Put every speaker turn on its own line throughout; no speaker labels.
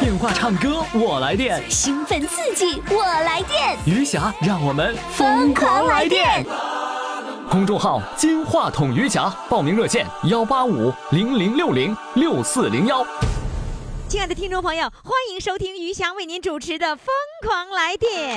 电话唱歌我来电，
兴奋刺激，我来电，
余霞让我们疯狂来电。公众号“金话筒余霞”，报名热线：幺八五零零六零六四零幺。
亲爱的听众朋友，欢迎收听余霞为您主持的《疯狂来电》。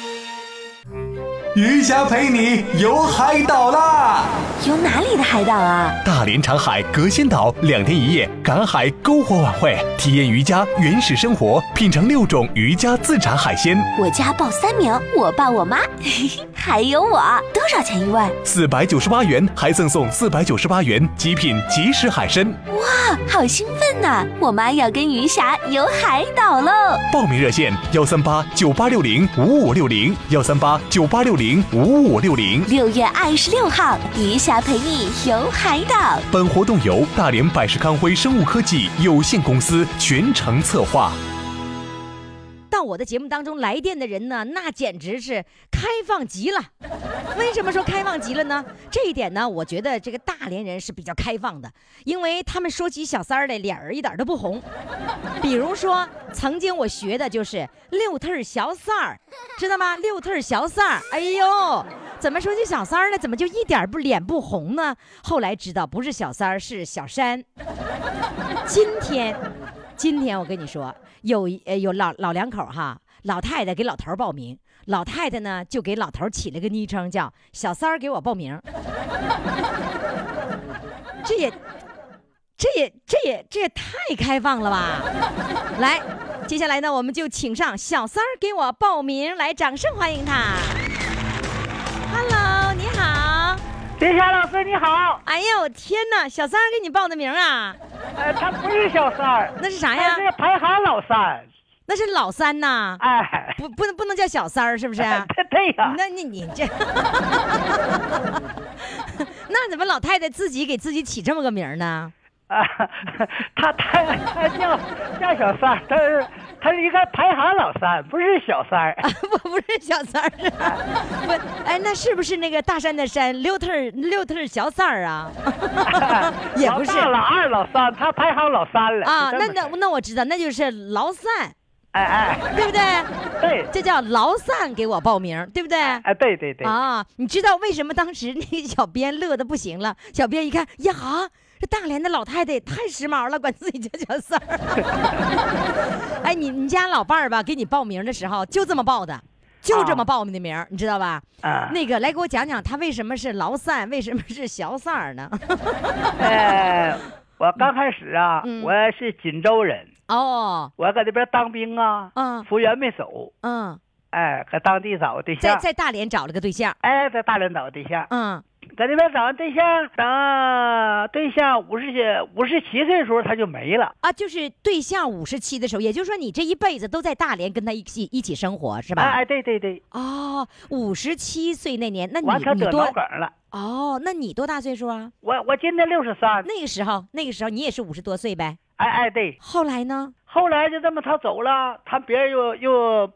余霞陪你游海岛啦！”。
有哪里的海岛啊？
大连长海隔仙岛两天一夜赶海篝火晚会，体验渔家原始生活，品尝六种渔家自产海鲜，
我家报三名，我爸、我妈， 还有我。多少钱一位？
四百九十八元还赠送四百九十八元极品即食海参。
啊，好兴奋呐、我妈要跟余霞游海岛喽！
报名热线：幺三八九八六零五五六零，幺三八九八六零五五六零。
六月二十六号，余霞陪你游海岛。
本活动由大连百世康辉生物科技有限公司全程策划。
到我的节目当中来电的人呢，那简直是开放极了。为什么说开放极了呢？这一点呢，我觉得这个大连人是比较开放的，因为他们说起小三儿来，脸儿一点儿都不红。比如说，曾经我学的就是六特儿小三儿，知道吗？六特儿小三儿，哎呦，怎么说起小三儿呢？怎么就一点儿不脸不红呢？后来知道不是小三儿，是小山。今天，今天我跟你说，有一呃有老老两口哈，老太太给老头儿报名，老太太呢就给老头儿起了个昵称叫“小三儿”，给我报名。这也，这也，这也，这也太开放了吧！来，接下来呢，我们就请上小三儿给我报名，来，掌声欢迎他。Hello，你好。
林霞老师你好，
哎呦天哪，小三儿给你报的名啊？
呃，他不是小三儿，
那是啥
他
呀？
是排行老三，
那是老三呐，
哎，
不不能不能叫小三儿，是不是？
对 对呀，
那你你这， 那怎么老太太自己给自己起这么个名儿呢？
啊， 他他他叫叫小三儿，他是他是一个排行老三，不是小三儿，
我啊不是小三儿 啊，不，哎，那是不是那个大山的山六特儿六特儿小三儿啊？也不是
老大老二老三，他排行老三了
啊，
是
那
这么
那
个
那我知道，那就是劳散，
哎哎，
对不对？
对，
这叫劳散给我报名，对不对？
哎对对对，
啊，你知道为什么当时那个小编乐的不行了？小编一看，呀，这大连的老太太也太时髦了，管自己叫小三儿。 哎，你你家老伴儿吧，给你报名的时候就这么报的，就这么
啊
报的名儿，你知道吧？
啊，
那个来给我讲讲，他为什么是劳散，为什么是小三儿呢？
呃，我刚开始啊
嗯，
我是锦州人，
哦，
我搁那边当兵啊，
嗯
服务员没走，
嗯，
哎，搁当地找对
在
象，
在大连找了个对象，
哎，在大连找对象。
嗯，
在那边找对象，找对象五十些五十七岁的时候他就没了。
啊，就是对象五十七的时候，也就是说你这一辈子都在大连跟他一起一起生活是吧？
哎哎，对对对，
哦，五十七岁那年，那你
完他
你
得
多
脑梗了。
哦，那你多大岁数啊？
我我今年六十三，
那个时候，那个时候你也是五十多岁呗。
哎哎对，
后来呢？
后来就这么他走了，他别人又又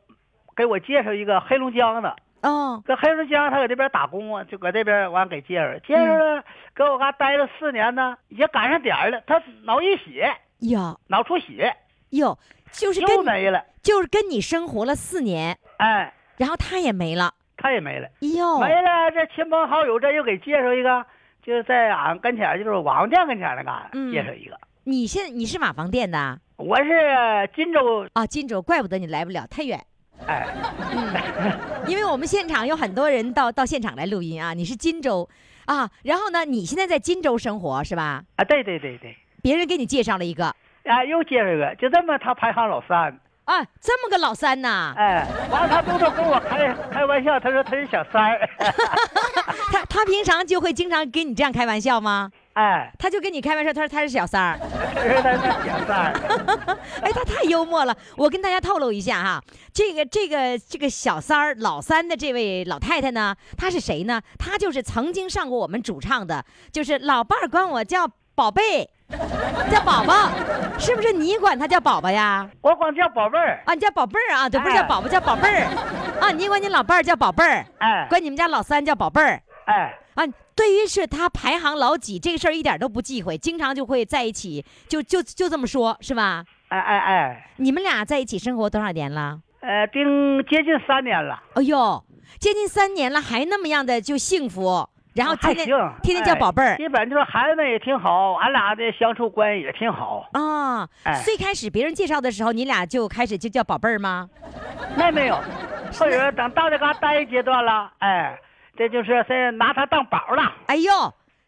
给我介绍一个黑龙江的，
哦，
搁黑龙江他搁这边打工啊，就搁这边完给介绍了，介绍
嗯
了搁我嘎待了四年呢，也赶上点儿了，他脑溢血，
哟
脑出血
哟，就是
又
跟
没了，
就是跟你生活了四年，
哎，
然后他也没了。
他也没了。
哟，
没了，这亲朋好友这又给介绍一个，就是在俺跟前儿，就是王家跟前儿那嘎达、
嗯
介绍一个。
你现在你是瓦房店的啊？
我是荆州，
啊，荆州，怪不得你来不了，太远。嗯
哎，
因为我们现场有很多人到到现场来录音啊。你是荆州啊，然后呢，你现在在荆州生活是吧？
啊，对对对对，
别人给你介绍了一个
啊，又介绍一个，就这么他排行老三，
啊，这么个老三呐、
哎，完了他都都跟我开开玩笑，他说他是小三儿，
他他平常就会经常跟你这样开玩笑吗？
哎，
他就跟你开玩笑，他说他是小三儿。
他是他那小三儿，
哎，他太幽默了。我跟大家透露一下哈，这个这个这个小三儿老三的这位老太太呢，她是谁呢？她就是曾经上过我们主唱的，就是老伴儿管我叫宝贝，叫宝宝，是不是你管他叫宝宝呀？
我管叫宝贝儿，
啊，你叫宝贝儿啊，对，不是叫宝宝，叫宝贝儿。啊，你管你老伴儿叫宝贝儿，
哎
管你们家老三叫宝贝儿。
哎，
啊，对于是他排行老几这个事儿一点都不忌讳，经常就会在一起，就就就这么说，是吧？
哎哎哎，
你们俩在一起生活多少年了？
呃，丁接近三年了，
哎呦，接近三年了，还那么样的就幸福，然后
哦还
天
行
天、，天天叫
哎
宝贝儿
基本就是孩子们也挺好，俺俩的相处关系也挺好。
啊。
哎
最开始别人介绍的时候，你俩就开始就叫宝贝儿吗？
那没有，或者等到这嘎待一阶段了，哎，这就是是拿他当宝了，
哎呦，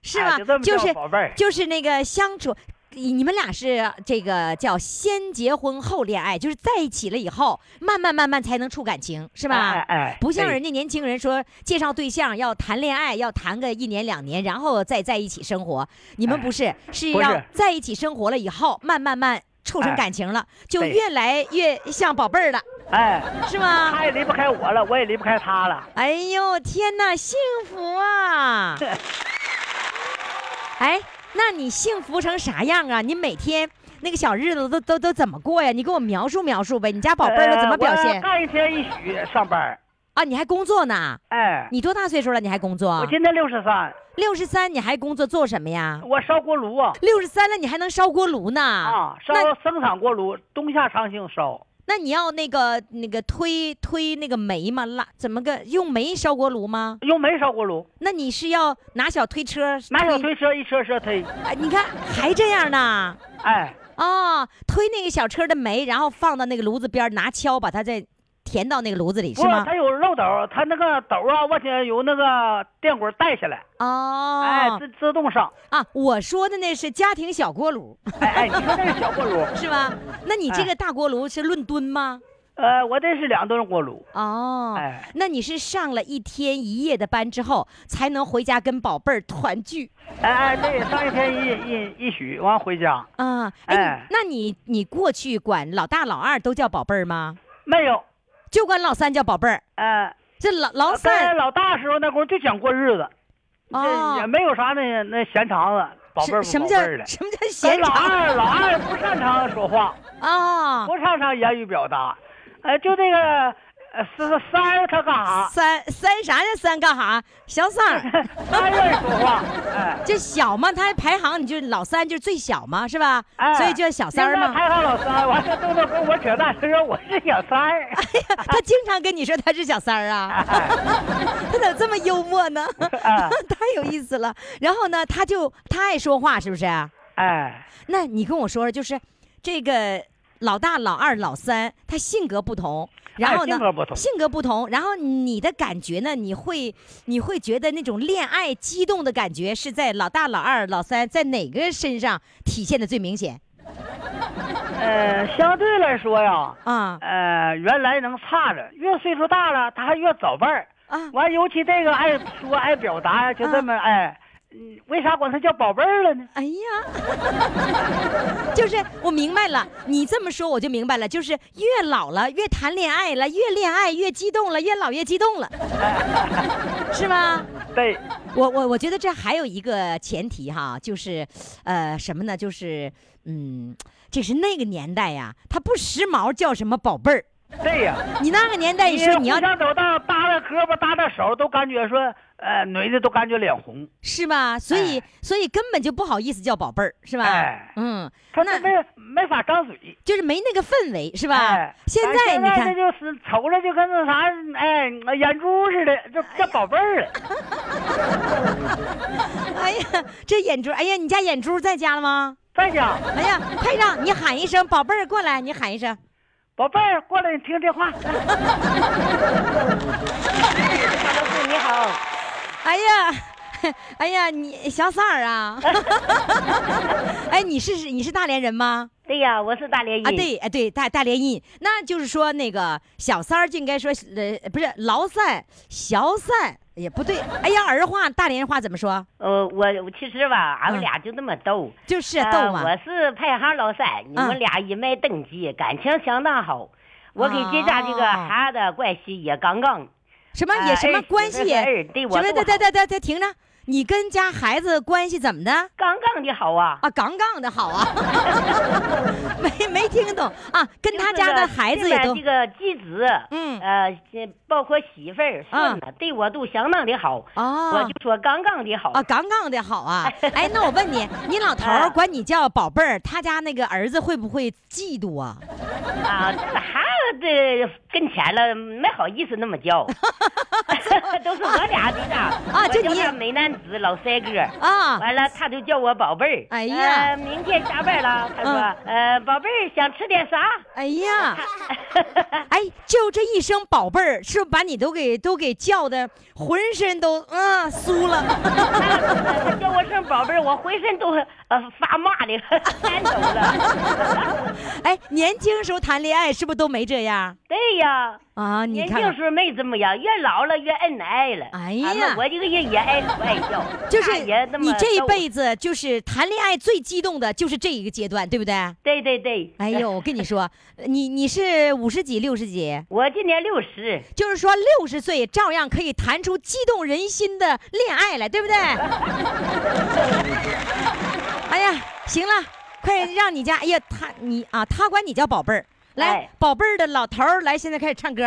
是吧？
哎就这么叫
是
宝贝儿
就是那个相处。你们俩是这个叫先结婚后恋爱，就是在一起了以后，慢慢慢慢才能处感情，是吧？
哎哎哎
不像
对
人家年轻人说介绍对象要谈恋爱，要谈个一年两年，然后再在一起生活。你们
哎
不是，是
不是
要在一起生活了以后，慢慢慢处成
哎
感情了，就
对
越来越像宝贝儿了，
哎，
是吗？
他也离不开我了，我也离不开他了。
哎呦天哪，幸福 啊！哎，那你幸福成啥样啊？你每天那个小日子都都都怎么过呀？你给我描述描述呗。你家宝贝儿都怎么表
呃
现、
我干一天一宿上班儿，
啊？你还工作呢？
哎，
你多大岁数了？你还工作
我？今年六十三，
六十三，你还工作做什么呀？
我烧锅炉啊，
六十三了，你还能烧锅炉呢？
啊，烧
那
生产锅炉，冬夏常青烧。
那你要那个那个推推那个煤吗？拉怎么个用煤烧锅炉吗？
用煤烧锅炉，
那你是要拿小推车？
拿小推车一车车推，
哎？你看还这样呢？
哎，
哦，推那个小车的煤，然后放到那个炉子边儿，拿锹把它再填到那个炉子里，
不
是
过
吗
它？有漏斗，它那个斗啊，往前有那个电滚带下来，
哦，
哎，自自动上，
啊，我说的那是家庭小锅炉，
哎哎，你说那是小锅炉，
是吧？那你这
哎
个大锅炉是论吨吗？
呃，我这是两吨锅炉，
哦，
哎
那你是上了一天一夜的班之后，才能回家跟宝贝儿团聚
哎哎，对，上一天一一一宿，完回家
啊？哎，你
哎
那你你过去管老大老二都叫宝贝儿吗？
没有，
就管老三叫宝贝儿，
呃，
这老老
在
三
老大时候那功夫就想过日子，
哦
这也没有啥那那闲肠子，宝贝儿
是什
不
么
宝
叫
贝儿的。
什么叫
跟
闲
老
肠
二老二不擅长说话，
啊？
不擅长言语表达，呃，就这个呃三三儿他干啥？
三三啥呀？三干啥？小三 儿
三愿意说话，哎，
就小嘛，他排行你就老三就是最小嘛，是吧？
哎
所以就叫小三儿
现在
嘛。
排行老三，完了豆豆跟我扯淡，他说我是小 三儿，
哎他经常跟你说他是小三儿啊， 他怎么这么幽默呢？
哎
太有意思了。然后呢，他就他爱说话，是不是？啊
哎，
那你跟我说说，就是这个老大、老二、老三，他性格不同，然后呢，
哎性格不同
性格不同然后你的感觉呢，你会你会觉得那种恋爱激动的感觉是在老大、老二、老三在哪个身上体现的最明显
呃，相对来说呀，
啊？
呃，原来能差着，越岁数大了，他还越早伴儿
啊
完，尤其这个爱说爱表达呀，就这么哎，嗯，为啥管他叫宝贝儿了呢？
哎呀， 就是我明白了，你这么说我就明白了，就是越老了越谈恋爱了，越恋爱越激动了，越老越激动了，是吗？
对，
我我我觉得这还有一个前提哈，就是，呃，什么呢？就是，嗯，这是那个年代呀，他不时髦叫什么宝贝儿？
对呀、
你那个年代，你说你要
互相走道搭着胳膊搭着手，都感觉说，呃，女的都感觉脸红。
是吧？所以、
哎
所以根本就不好意思叫宝贝儿，是吧？
哎
嗯，
他
那
这没没法张嘴，
就是没那个氛围，是吧？
哎，
现
哎
在
现
你看
这，就是瞅着就跟那啥，哎，眼珠似的，就叫宝贝儿了。
哎呀，这眼珠，哎呀，你家眼珠在家了吗？
再讲，
哎呀，快让你喊一声宝贝儿过来，你喊一声。
宝贝儿，过来，你听电话。来大哥你好，
哎呀， 哎呀，你小三儿 啊！哎，你是你是大连人吗？
对呀，我是大连
啊，
人。
对，哎对，大大连人，那就是说那个小三儿就应该说，呃，不是老三、小三、也不对。哎呀，儿话大连话怎么说？嗯
呃，我我其实吧，俺们俩就那么逗，
就是
呃
逗嘛。啊
我是排行老三，你
嗯
们俩一脉等级，感情相当好。我跟这家这个
啊
孩子关系也刚刚，
什么
呃
也什么
二十
关系
和
也？
二对我
什么？对
多
对
好
对对对，停着！你跟家孩子关系怎么的？
刚刚的好啊。
啊，杠杠的好啊， 没没听懂啊，跟他
就是
家的
说
孩子
这
也
边
都
这个继子，
嗯
呃，这包括媳妇儿、孙子，对我都相当的好。我
哦
就说刚刚的好啊
啊，，杠杠的好 啊。哎，那我问你，你老头儿管你叫宝贝儿，他家那个儿子会不会嫉妒啊？
啊，这个孩子这跟前了，没好意思那么叫，都是我 俩的呢。
啊
我
就
叫
你
他美男子老帅哥。
啊，
完了，他就叫我宝贝儿。
哎呀
呃明天下班了，他说，呃，宝贝儿想吃点啥？
嗯哎呀， 哎，就这一声宝贝儿，是不是把你都给都给叫的浑身都啊酥了？
他叫我声宝贝儿，我浑身都呃发麻 的，颤抖了。
哎，年轻时候谈恋爱是不是都没这样
对呀，
啊？你
年
看
轻
看，
时候没怎么样，越老了越恩爱了。
哎呀
俺们哎我这个人也爱哭爱笑，
就是
大爷那么
你这一
逗
辈子就是谈恋爱最激动的就是这一个阶段，对不对？
对对对，
哎呦，我跟你说，你你是五十几、六十几，
我今年六十，
就是说六十岁照样可以谈出激动人心的恋爱来，对 不对？哎呀，行了，快让你家，哎呀，他你啊，他管你叫宝贝儿，来，
哎
宝贝儿的老头儿来，现在开始唱歌，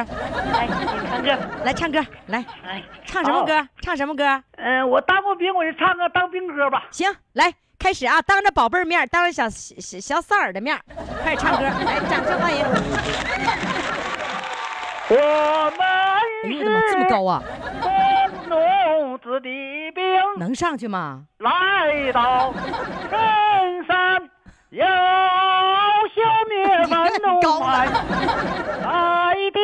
哎，你唱歌，
来唱歌，来
哎，
唱什么歌？
好？
唱什么歌？
嗯，我当过兵，我就唱个当兵歌吧。
行，来开始啊！当着宝贝儿面儿，当着小小小三儿的面儿，开始唱歌，来，哎掌声欢迎！
我
哎
们
呦
是
我的妈，这么高啊，
工农子弟兵，
能上去吗？
来到深山，要消 灭满
高
奴
了
才，大地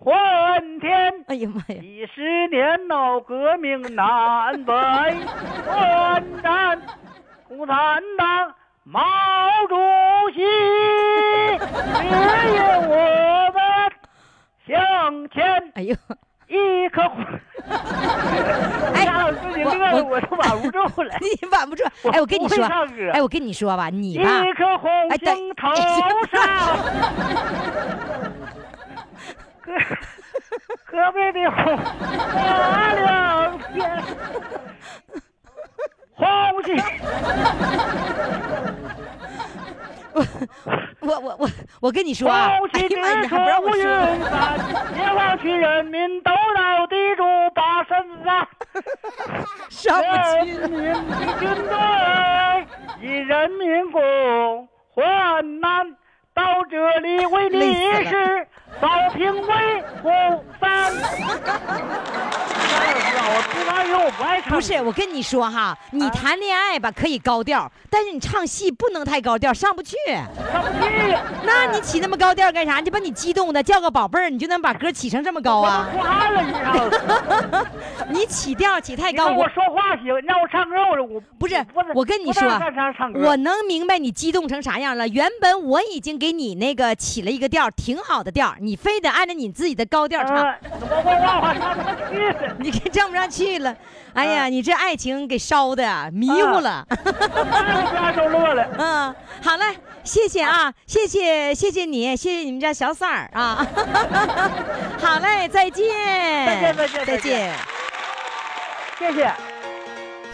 换天。
哎呀妈呀！
几十年闹革命南北混战，共产党毛主席指引我们向前。
哎呦，
一颗火，
哎
让自己乐的我都 挽不住了。
你挽不住。
我
哎，我跟你
不会
说
唱歌，
哎，我跟你说吧，你
一
吧，
颗红
哎等
星头上，胳胳膊的红花两片，红星
我我我我跟你说 啊，
红
哎
旗
呀妈呀，
直
你
出
还不让我
云
说？
山，解放区人民都到地主把 身
上
上。
不去
人民的军队以人民共患难到这里为
累
你
死了
是扫平为护伞。我不敢说我不爱唱 歌，
不是，我跟你说哈，
啊
你谈恋爱吧可以高调，但是你唱戏不能太高调，上不去。
唱不去。
那你起那么高调干啥？你把你激动的叫个宝贝儿，你就能把歌起成这么高
我
啊
都？出汗了，你唱的。
你起调起太
你
高，
让我
我
说话行，你让我唱歌我我
不是
不能
我跟你说
不能让他唱歌，
我能明白你激动成啥样了。原本我已经给你那个起了一个调儿，挺好的调儿，你非得按照你自己的高调唱，
呃我我我我唱不上去了。
你给唱不上去
啊
了。哎呀，你这爱情给烧的啊迷糊了。
那就不让收落了。
嗯，好嘞，谢谢啊，谢谢谢谢你，谢谢你们家小三儿啊。 好嘞，再见，再
见再见
再
再
见
见。谢谢。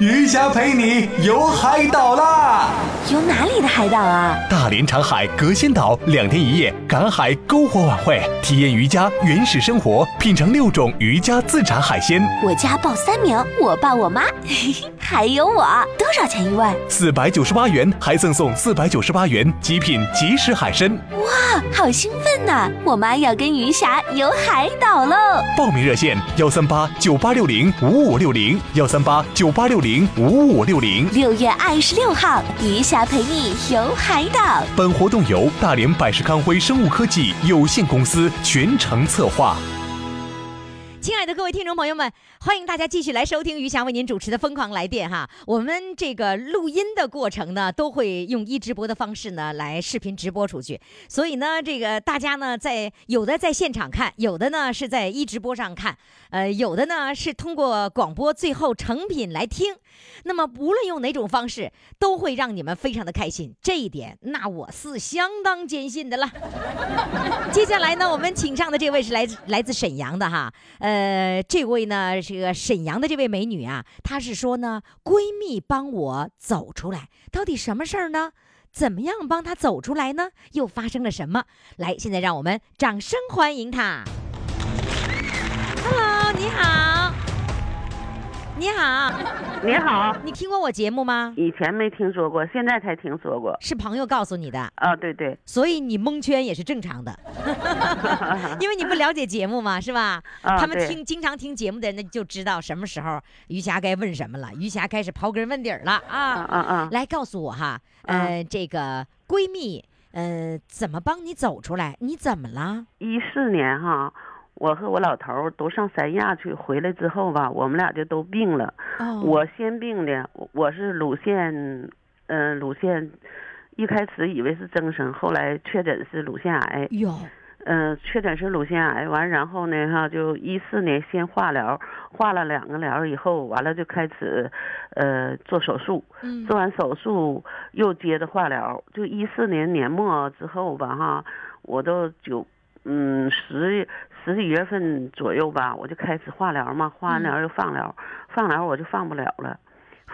余霞陪你游海岛啦！”。
有哪里的海岛啊？
大连长海隔仙岛两天一夜赶海篝火晚会，体验渔家原始生活，品尝六种渔家自产海鲜，
我家报三名，我爸、我妈， 嘿嘿，还有我。多少钱一位？
四百九十八元还赠送四百九十八元极品即食海参。
啊，好兴奋呢，我们要跟余霞游海岛喽！
报名热线：幺三八九八六零五五六零，幺三八九八六零五五六零。
六月二十六号，余霞陪你游海岛。
本活动由大连百世康辉生物科技有限公司全程策划。
亲爱的各位听众朋友们，欢迎大家继续来收听于霞为您主持的《疯狂来电》哈。我们这个录音的过程呢，都会用一直播的方式呢来视频直播出去。所以呢，这个大家呢在有的在现场看，有的呢是在一直播上看，呃，有的呢是通过广播最后成品来听。那么无论用哪种方式，都会让你们非常的开心。这一点，那我是相当坚信的了。接下来呢，我们请上的这位是来自来自沈阳的哈，呃，这位呢，这个沈阳的这位美女啊，她是说呢，闺蜜帮我走出来，到底什么事儿呢？怎么样帮她走出来呢？又发生了什么？来，现在让我们掌声欢迎她。Hello，你好，你好，
你好，
你听过我节目吗？
以前没听说过，现在才听说过。
是朋友告诉你的，
啊，对对，
所以你蒙圈也是正常的， 因为你不了解节目嘛，是吧？
啊
他们
对
听经常听节目的人呢就知道什么时候余霞该问什么了，余霞开始刨根问底儿了
啊
啊！
啊啊，
来告诉我哈，呃，这个闺蜜，呃，怎么帮你走出来？你怎么了？
一四年哈，我和我老头儿都上三亚去，回来之后吧，我们俩就都病了。
哦
我先病的，我我是乳腺，嗯、乳腺，一开始以为是增生，后来确诊是乳腺癌。
哟，
嗯、确诊是乳腺癌，完然后呢哈，就一四年先化疗，化了两个疗以后，完了就开始，呃，做手术。
嗯
做完手术又接着化疗，就一四年年末之后吧，哈，我都九嗯十十一月份左右吧，我就开始化疗嘛，
嗯
化完疗又放疗，放疗我就放不了了。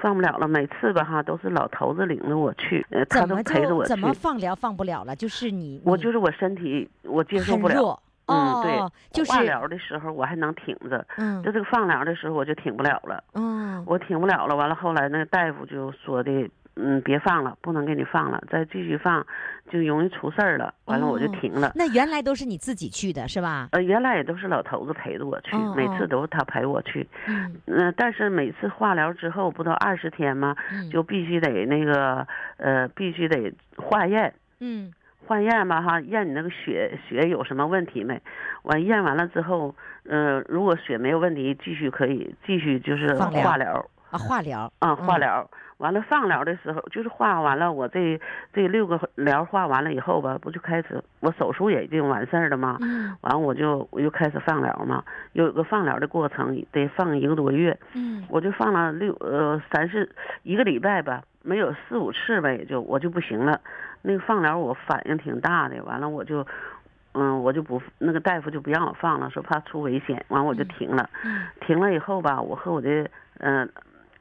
放不了了，每次吧哈都是老头子领着我去，呃，他
怎
都
么
陪着
就
我去
怎。么放疗放不了了？就是你，
我
你
就是我身体我接
嗯
受
很
不了，
弱。
嗯，
哦，
对，
就是
化疗的时候我还能挺着，
嗯
就这个放疗的时候我就挺不了了。
嗯
我挺不了了，完了后来那个大夫就说的，嗯，别放了，不能给你放了，再继续放就容易出事儿了。完了我就
哦
停了。
那原来都是你自己去的是吧？
呃，原来也都是老头子陪着我去，
哦
每
哦
次都是他陪我去。
嗯，
嗯、但是每次化疗之后，不到二十天吗？
嗯
就必须得那个，呃，必须得化验。
嗯
化验吧哈，验你那个血血有什么问题没？完验完了之后，嗯、如果血没有问题，继续可以继续就是
放疗
化疗。
啊，化疗
啊，化
嗯
疗、完了放疗的时候，就是化完了，我这这六个疗化完了以后吧，不就开始我手术也已经完事儿了嘛，
嗯
完我就我就开始放疗嘛，有个放疗的过程得放一个多月，
嗯
我就放了六呃三四一个礼拜吧，没有四五次吧，也就我就不行了，那个放疗我反应挺大的，完了我就。嗯，我就不那个大夫就不让我放了，说怕出危险，完我就
嗯
停了。
嗯
停了以后吧，我和我的嗯、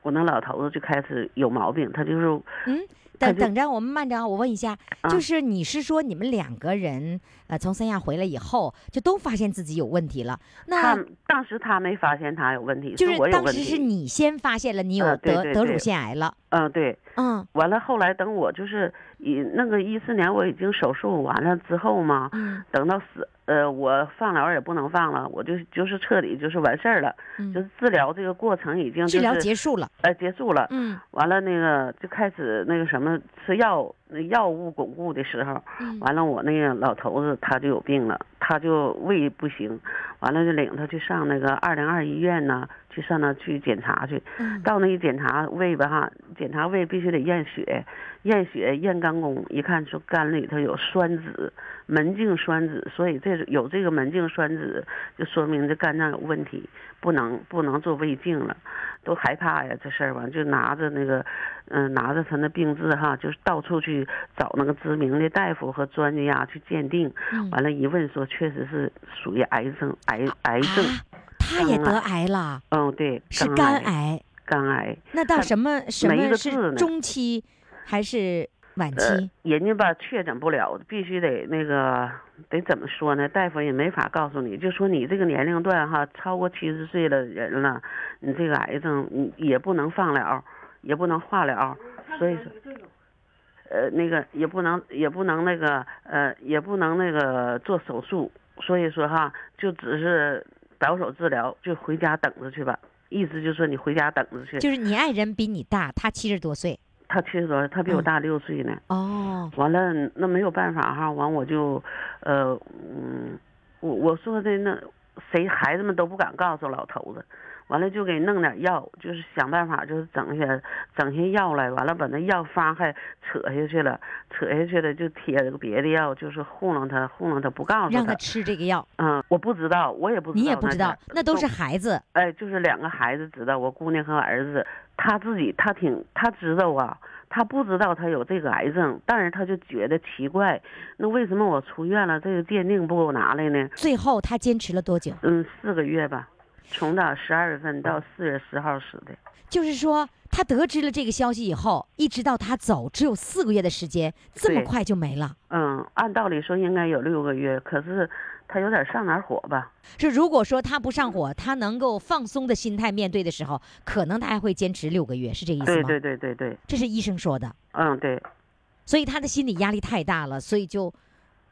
我那老头子就开始有毛病，他就是
嗯，
他
等
就
等着，我们慢着啊，我问一下，
啊
就是你是说你们两个人呃从三亚回来以后就都发现自己有问题了，
他
那
当时他没发现他有问题，
就是
我
是
有
当
问
时是
题。
你先发现了你有
啊对
得
对
得
对
乳腺癌了，
嗯，对。
嗯
完了，后来等我就是以那个一四年我已经手术完了之后嘛，
嗯
等到死呃我放疗也不能放了，我就就是彻底就是完事儿了，就
嗯，
是治疗这个过程已经、就是、
治疗结束了，
呃结束了。
嗯
完了，那个就开始那个什么吃药，那药物巩固的时候，
嗯
完了，我那个老头子他就有病了，他就胃不行，完了就领他去上那个二零二医院呢，去上那去检查去。
嗯
到那一检查胃吧哈，检查胃必须得验血，验血验肝功，一看说肝里头有栓子，门静栓子，所以这有这个门静栓子，就说明这肝脏有问题，不能不能做胃镜了，都害怕呀这事儿完就拿着那个，嗯、拿着他那病字哈，就是到处去找那个知名的大夫和专家去鉴定，
嗯
完了，一问说确实是属于癌症，癌癌症，
啊，他也
肝
得
癌
癌了，
嗯、对，
是肝
肝，
癌，
肝癌。
那到
它
什么什
没一
么
个字
是
呢
中期还是晚期？
呃，人家吧确诊不了，必须得那个得怎么说呢？大夫也没法告诉你，就说你这个年龄段哈，超过七十岁了人了，你这个癌症你也不能放疗，也不能化疗，所以说，呃那个也不能也不能那个呃也不能那个做手术，所以说哈，就只是保守治疗，就回家等着去吧。意思就是说你回家等着去。
就是你爱人比你大，他七十多岁
他七十多岁，他比我
嗯
大六岁呢。
哦，
完了，那没有办法哈，完我就，呃，嗯，我我说的那谁孩子们都不敢告诉老头子，完了就给弄点药，就是想办法就是整些整些药来，完了把那药方还扯下去了，扯下去了就贴了个别的药，就是糊弄他糊弄他不告诉
让他吃这个药，
嗯，我不知道，我也不知道，
你也不知道，那都是
都
孩子。
哎，就是两个孩子知道，我姑娘和儿子，他自己他挺他知道啊，他不知道他有这个癌症，但是他就觉得奇怪，那为什么我出院了这个鉴定不给我拿来呢？
最后他坚持了多久？
嗯，四个月吧，从到十二月份到四月十号死的。
就是说，他得知了这个消息以后，一直到他走，只有四个月的时间，这么
对
快就没了。
嗯，按道理说应该有六个月，可是他有点上哪儿火吧？
是如果说他不上火，他能够放松的心态面对的时候，可能他还会坚持六个月，是这意思吗？
对对对对对，
这是医生说的，
嗯对，
所以他的心理压力太大了，所以就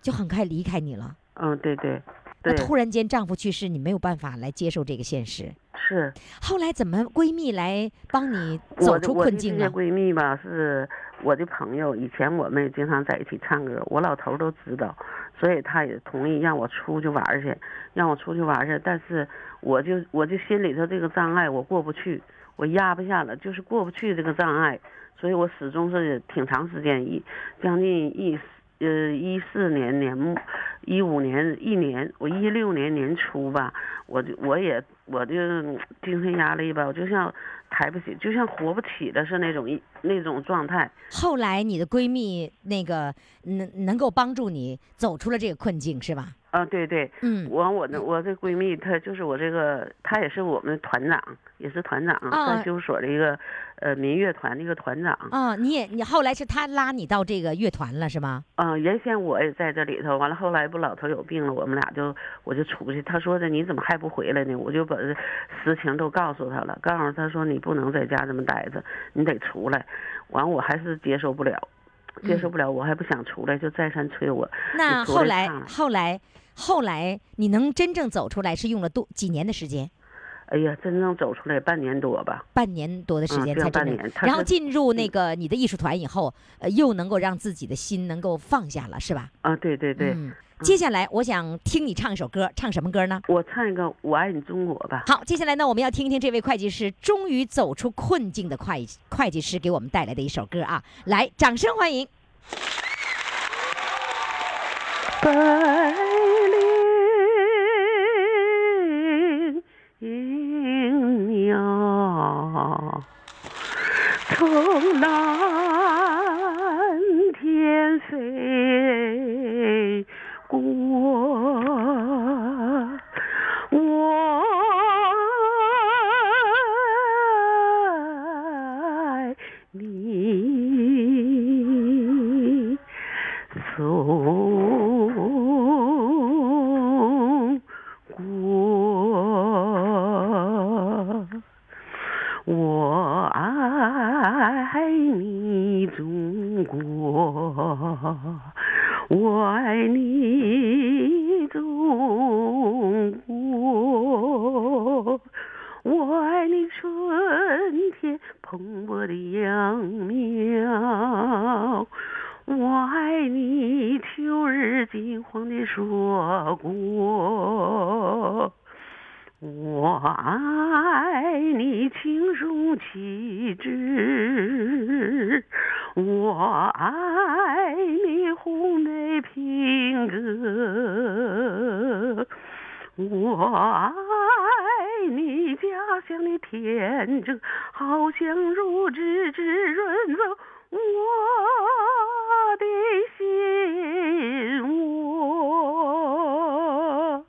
就很快离开你了。
嗯对对
那
对，
突然间丈夫去世，你没有办法来接受这个现实。
是。
后来怎么闺蜜来帮你
我
走
的
出
我的
困境啊
这些
呢？
闺蜜吧，是我的朋友，以前我们也经常在一起唱歌，我老头儿都知道，所以他也同意让我出去玩儿去，让我出去玩儿去。但是我就我就心里头这个障碍我过不去，我压不下了，就是过不去这个障碍，所以我始终是挺长时间一将近一呃一四年年末，一五年一年，我一六年年初吧，我就我也我就嗯精神压力吧，我就像抬不起，就像活不起了是那种一那种状态。
后来你的闺蜜那个能能够帮助你走出了这个困境是吧？
啊，对对，
嗯，
我我的我这闺蜜，她就是我这个，她也是我们团长，也是团长，
啊
在纠所的一个，呃，民乐团的一个团长。
啊、你也你后来是她拉你到这个乐团了是吗？
嗯、原先我也在这里头，完了后来不老头有病了，我们俩就我就出去。他说的你怎么还不回来呢？我就把这实情都告诉他了，告诉他说你不能在家这么待着，你得出来。完我还是接受不了，接受不了，我还不想出来，就再三催我。
那后
就昨天
来
看了
后来后来你能真正走出来是用了多几年的时间？
哎呀，真正走出来半年多吧。
半年多的时
嗯
间
对
才真
半
的，
年她
然后
是嗯
进入那个你的艺术团以后，呃，又能够让自己的心能够放下了，是吧？
啊，对对对，
嗯。接下来我想听你唱一首歌，唱什么歌呢？
我唱一个《我爱你中国》吧。
好，接下来呢，我们要听一听这位会计师终于走出困境的会会计师给我们带来的一首歌啊！来，掌声欢迎。
百里银鸟从蓝天飞过，我爱你。中国，我爱你中国，我爱你中国。我爱你春天蓬勃的秧苗，我爱你秋日金黄的硕果，我爱你轻松气质，我爱你红梅品格。我爱你家乡的天真，好像乳汁滋润着我的心窝。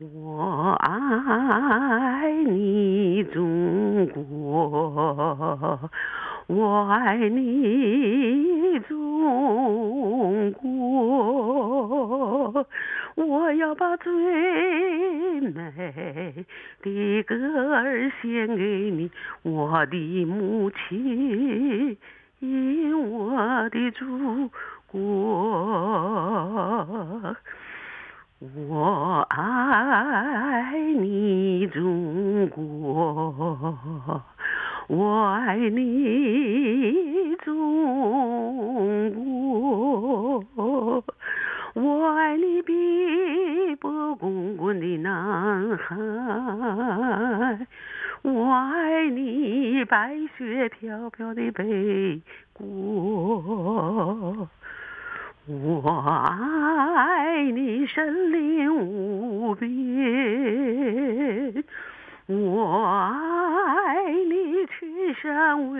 我爱你中国，我爱你中国，我要把最美的歌儿献给你，我的母亲。我
我的祖国，我爱你中国，我爱你中国，我爱你碧波滚滚的南海。我爱你，白雪飘飘的北国。我爱你，森林无边。我爱你，群山巍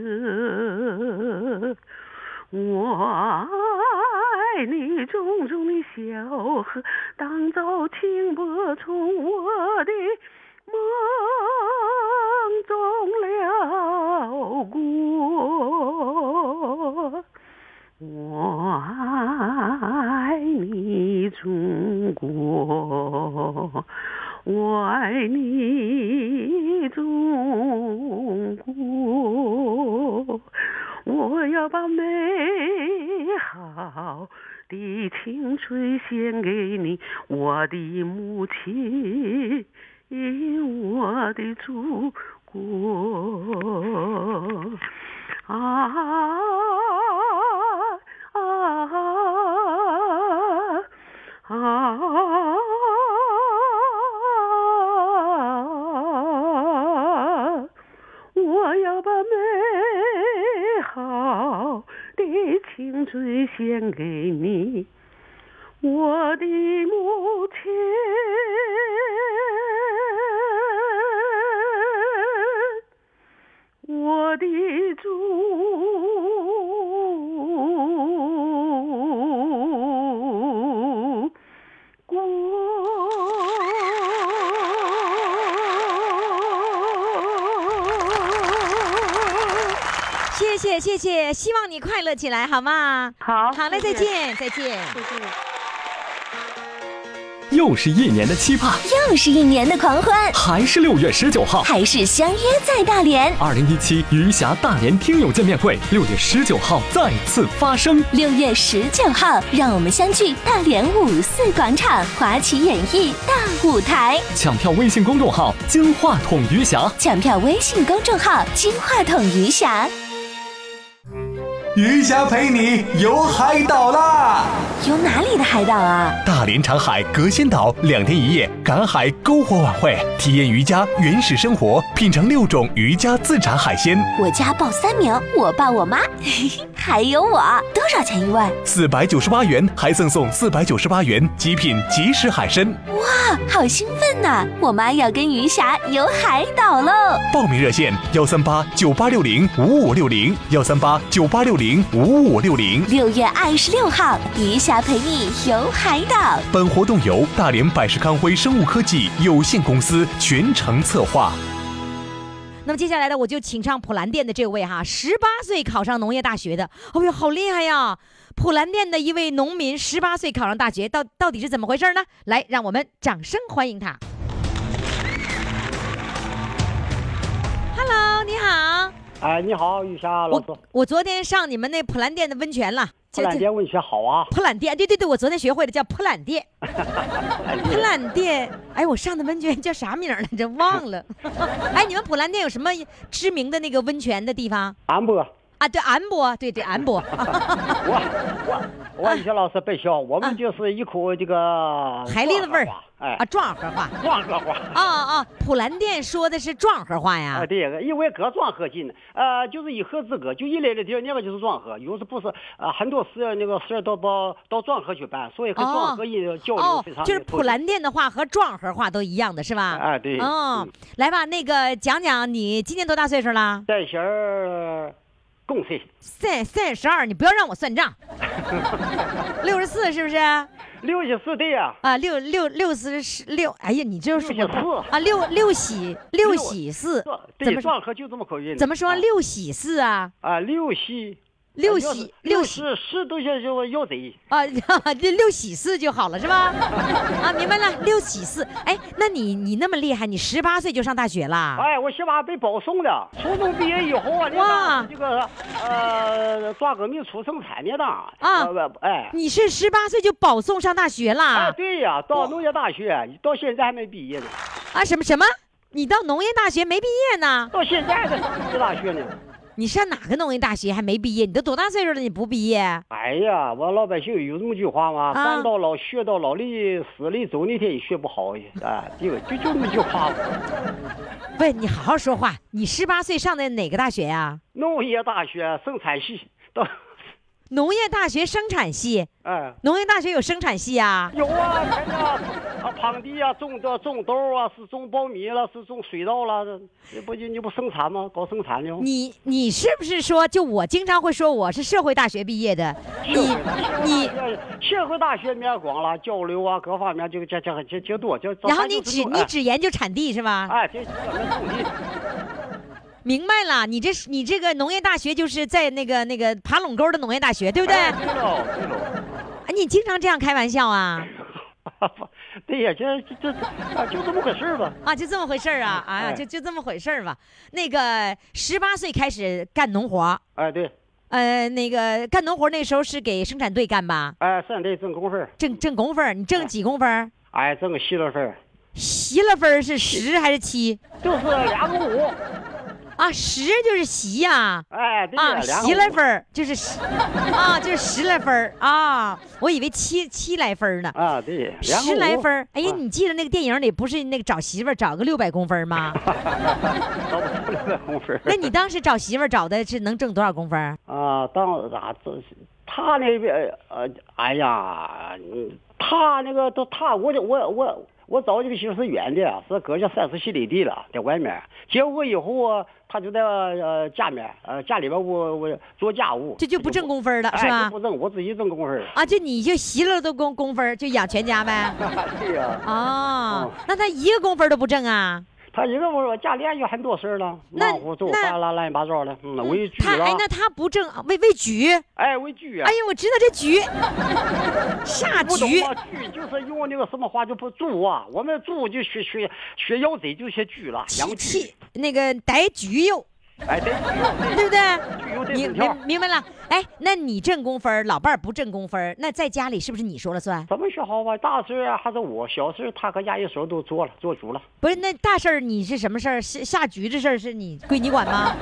峨。我爱你，种种的小河，当造轻波从我的。梦中辽过，我爱你中国，我爱你中国，我要把美好。的青春献给你，我的母亲。我的祖国啊啊啊！我要把美好的青春献给你，我的母亲。我的祖国。
谢谢谢谢，希望你快乐起来，好吗？
好，
好嘞，再见再见。
又是一年的期盼，
又是一年的狂欢，
还是六月十九号。
还是相约在大连。
二零一七余霞大连听友见面会，六月十九号再次发生。
六月十九号，让我们相聚大连五四广场华旗演艺大舞台。
抢票微信公众号“金话筒余霞
抢票微信公众号“金话筒余霞
余霞陪你游海岛啦！”。
有哪里的海岛啊？
大连长海隔仙岛两天一夜赶海篝火晚会，体验渔家原始生活，品尝六种渔家自产海鲜，
我家报三名，我爸我妈， 嘿嘿，还有我。多少钱一位？
四百九十八元还赠送四百九十八元极品即食海参。
啊，好兴奋呐、我妈要跟余霞游海岛喽！
报名热线：幺三八九八六零五五六零，幺三八九八六零五五六零。
六月二十六号，余霞陪你游海岛。
本活动由大连百世康辉生物科技有限公司全程策划。
那么接下来呢，我就请上普兰店的这位哈，十八岁考上农业大学的，哦呦，好厉害呀！普兰店的一位农民，十八岁考上大学，到到底是怎么回事呢？来，让我们掌声欢迎他。Hello，你好，
哎，你好，玉霞老师，
我我昨天上你们那普兰店的温泉了，
普
就
兰
就
店文学好 啊，
普兰店，对对对，我昨天学会了叫普 兰店，普兰店，哎，我上的温泉叫啥名儿来着？忘了。 哎，你们普兰店有什么知名的那个温泉的地方
安博，
啊？对，安博，对对，安博。
我我我玉霞老师别笑，我
啊
们就是一口这个
海蛎子味儿
壮荷花哎
啊，，壮荷花。
壮荷花。
啊 啊，普兰店说的是壮荷花呀
啊，。对，因为搁壮河进的，呃，就是一河之隔，就一类的地儿，那个就是壮河。有时不是，呃，很多事那个事儿都到到壮河去办，所以和壮河一交流
哦
非常、，
就是普。兰店的话和壮荷花都一样的是吧？
哎对
嗯
嗯，
来吧，那个讲讲你今年多大岁数了？
在线儿共岁，
三三十二，你不要让我 算账。六十四是不是？
六十四对呀、
啊，六六六四十六，哎呀，你这是
六喜四
啊，六六喜六
六
喜四
这，
怎
对
么说
壮河就这么口音。
怎么说
啊
六喜四啊？
啊，六喜要
六喜
是
六
六
喜
十十都叫叫要贼。
啊， 六六喜四就好了是吧？啊，明白了，六喜四。哎，那你你那么厉害，你十八岁就上大学啦？
哎，我媳妇儿被保送了。初中毕业以后啊，那
哇
当这个呃，抓革命出生产那当啊
啊
哎，
你是十八岁就保送上大学
哎，
啦？
对呀，到农业大学，到现在还没毕业呢，
啊，什么什么？你到农业大学没毕业呢？
到现在还在上农业大学呢。
你上哪个农业大学还没毕业？你都多大岁数了？你不毕业？
哎呀，我老百姓有这么句话吗？
啊
站到老学到老，离死离走那天也学不好啊，对吧？就就这么句话 嘛。
不是，哎你好好说话。你十八岁上的哪个大学呀、
农业大学生产系到，
农业大学生产系，
哎，
农业大学有生产系啊？
有啊，咱这啊，旁地啊，种的种豆啊，是种苞米了，是种水稻了，这不就你不生产吗？搞生产呢？
你你是不是说，就我经常会说我是社会大学毕业的？你你，
社会大学面广了，交流啊，各方面就这这这这多，就
然后你只你只研究产地是吧？
哎，这咱们种地。
明白了，你这是你这个农业大学就是在那个那个爬垄沟的农业大学，对不对？
哎
啊，
对喽，对喽。
你经常这样开玩笑啊？
对呀，这这这啊，就这么回事儿吧。
啊，就这么回事儿啊？哎呀，
哎
就就这么回事儿吧。那个十八岁开始干农活儿，
哎，对，
呃，那个干农活儿那时候是给生产队干吧？
哎，上队挣工分儿，
挣挣工分儿，你挣几工分儿？
哎，挣个稀了分儿，
席了分儿是十还是七？
就是两个五，
啊，十就是席呀、
哎，对
啊，
呀，两个
十来
五
分儿就是十，啊，就是十来分儿啊，我以为七七来分儿呢，
啊，对，两个
十来
五
分儿。哎呀，
啊
你记得那个电影里不是那个找媳妇儿找个六百公分 儿吗？
找不出来工分儿。
那你当时找媳妇儿找的是能挣多少公分儿？
啊，当咋、啊、这他那边呃，哎呀，嗯他那个都他我这我我我找这个媳妇是远的，是隔着三十七里地了，在外面。结婚以后啊，他就在呃家面呃家里边我我做家务，
这就不挣
工
公分儿了是
哎，
吧
就？不挣，我自己挣工分 儿。
啊，就你就席了都公公分儿，就养全家呗。
对哎呀、
哦
哦，
那他一个公分儿都不挣啊？
他一个我说家里还有很多事儿了，
那
忙活做
那
饭啦，乱七八糟的，嗯，为局
他
了
哎，，那他不挣为为局？
哎，为局啊
哎。呀，我知道这局，下
不懂
局
吗？锯就是用那个什么话就不猪啊，我们猪就学学学腰贼就学锯了，羊锯
气，那个逮局哟，
哎，得
对不对？
锯有得
你
整
明
条，
明白了？哎，那你挣工分儿，老伴儿不挣工分儿，那在家里是不是你说了算？
怎么学好吧？大事啊还是我，小事他搁家一手都做了，做足了。
不是，那大事儿你是什么事儿？下下局这事儿是你归你管吗？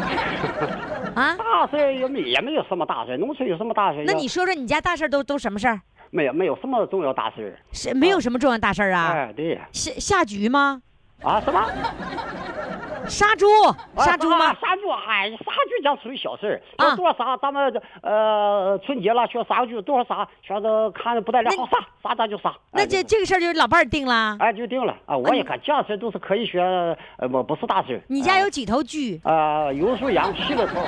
啊？
大事也没也没有什么大事，农村有什么大事？
那你说说你家大事儿都都什么事儿？
没有没有什么重要大事？
是没有什么重要大事儿啊？
哎，对
下下局吗？
啊，什么
杀猪？杀猪吗
啊？杀猪，哎，杀猪讲属于小事
啊
要多少杀，咱们呃春节了学杀猪，多少杀，全都看着不带了，
那
好杀杀咱就杀。
那
哎
这
就
这个事儿就老伴儿定了。
哎，就定了啊！我也看，这样事都是可以学，呃，不不是大事。
你家有几头猪？
啊、呃有时候养七了头，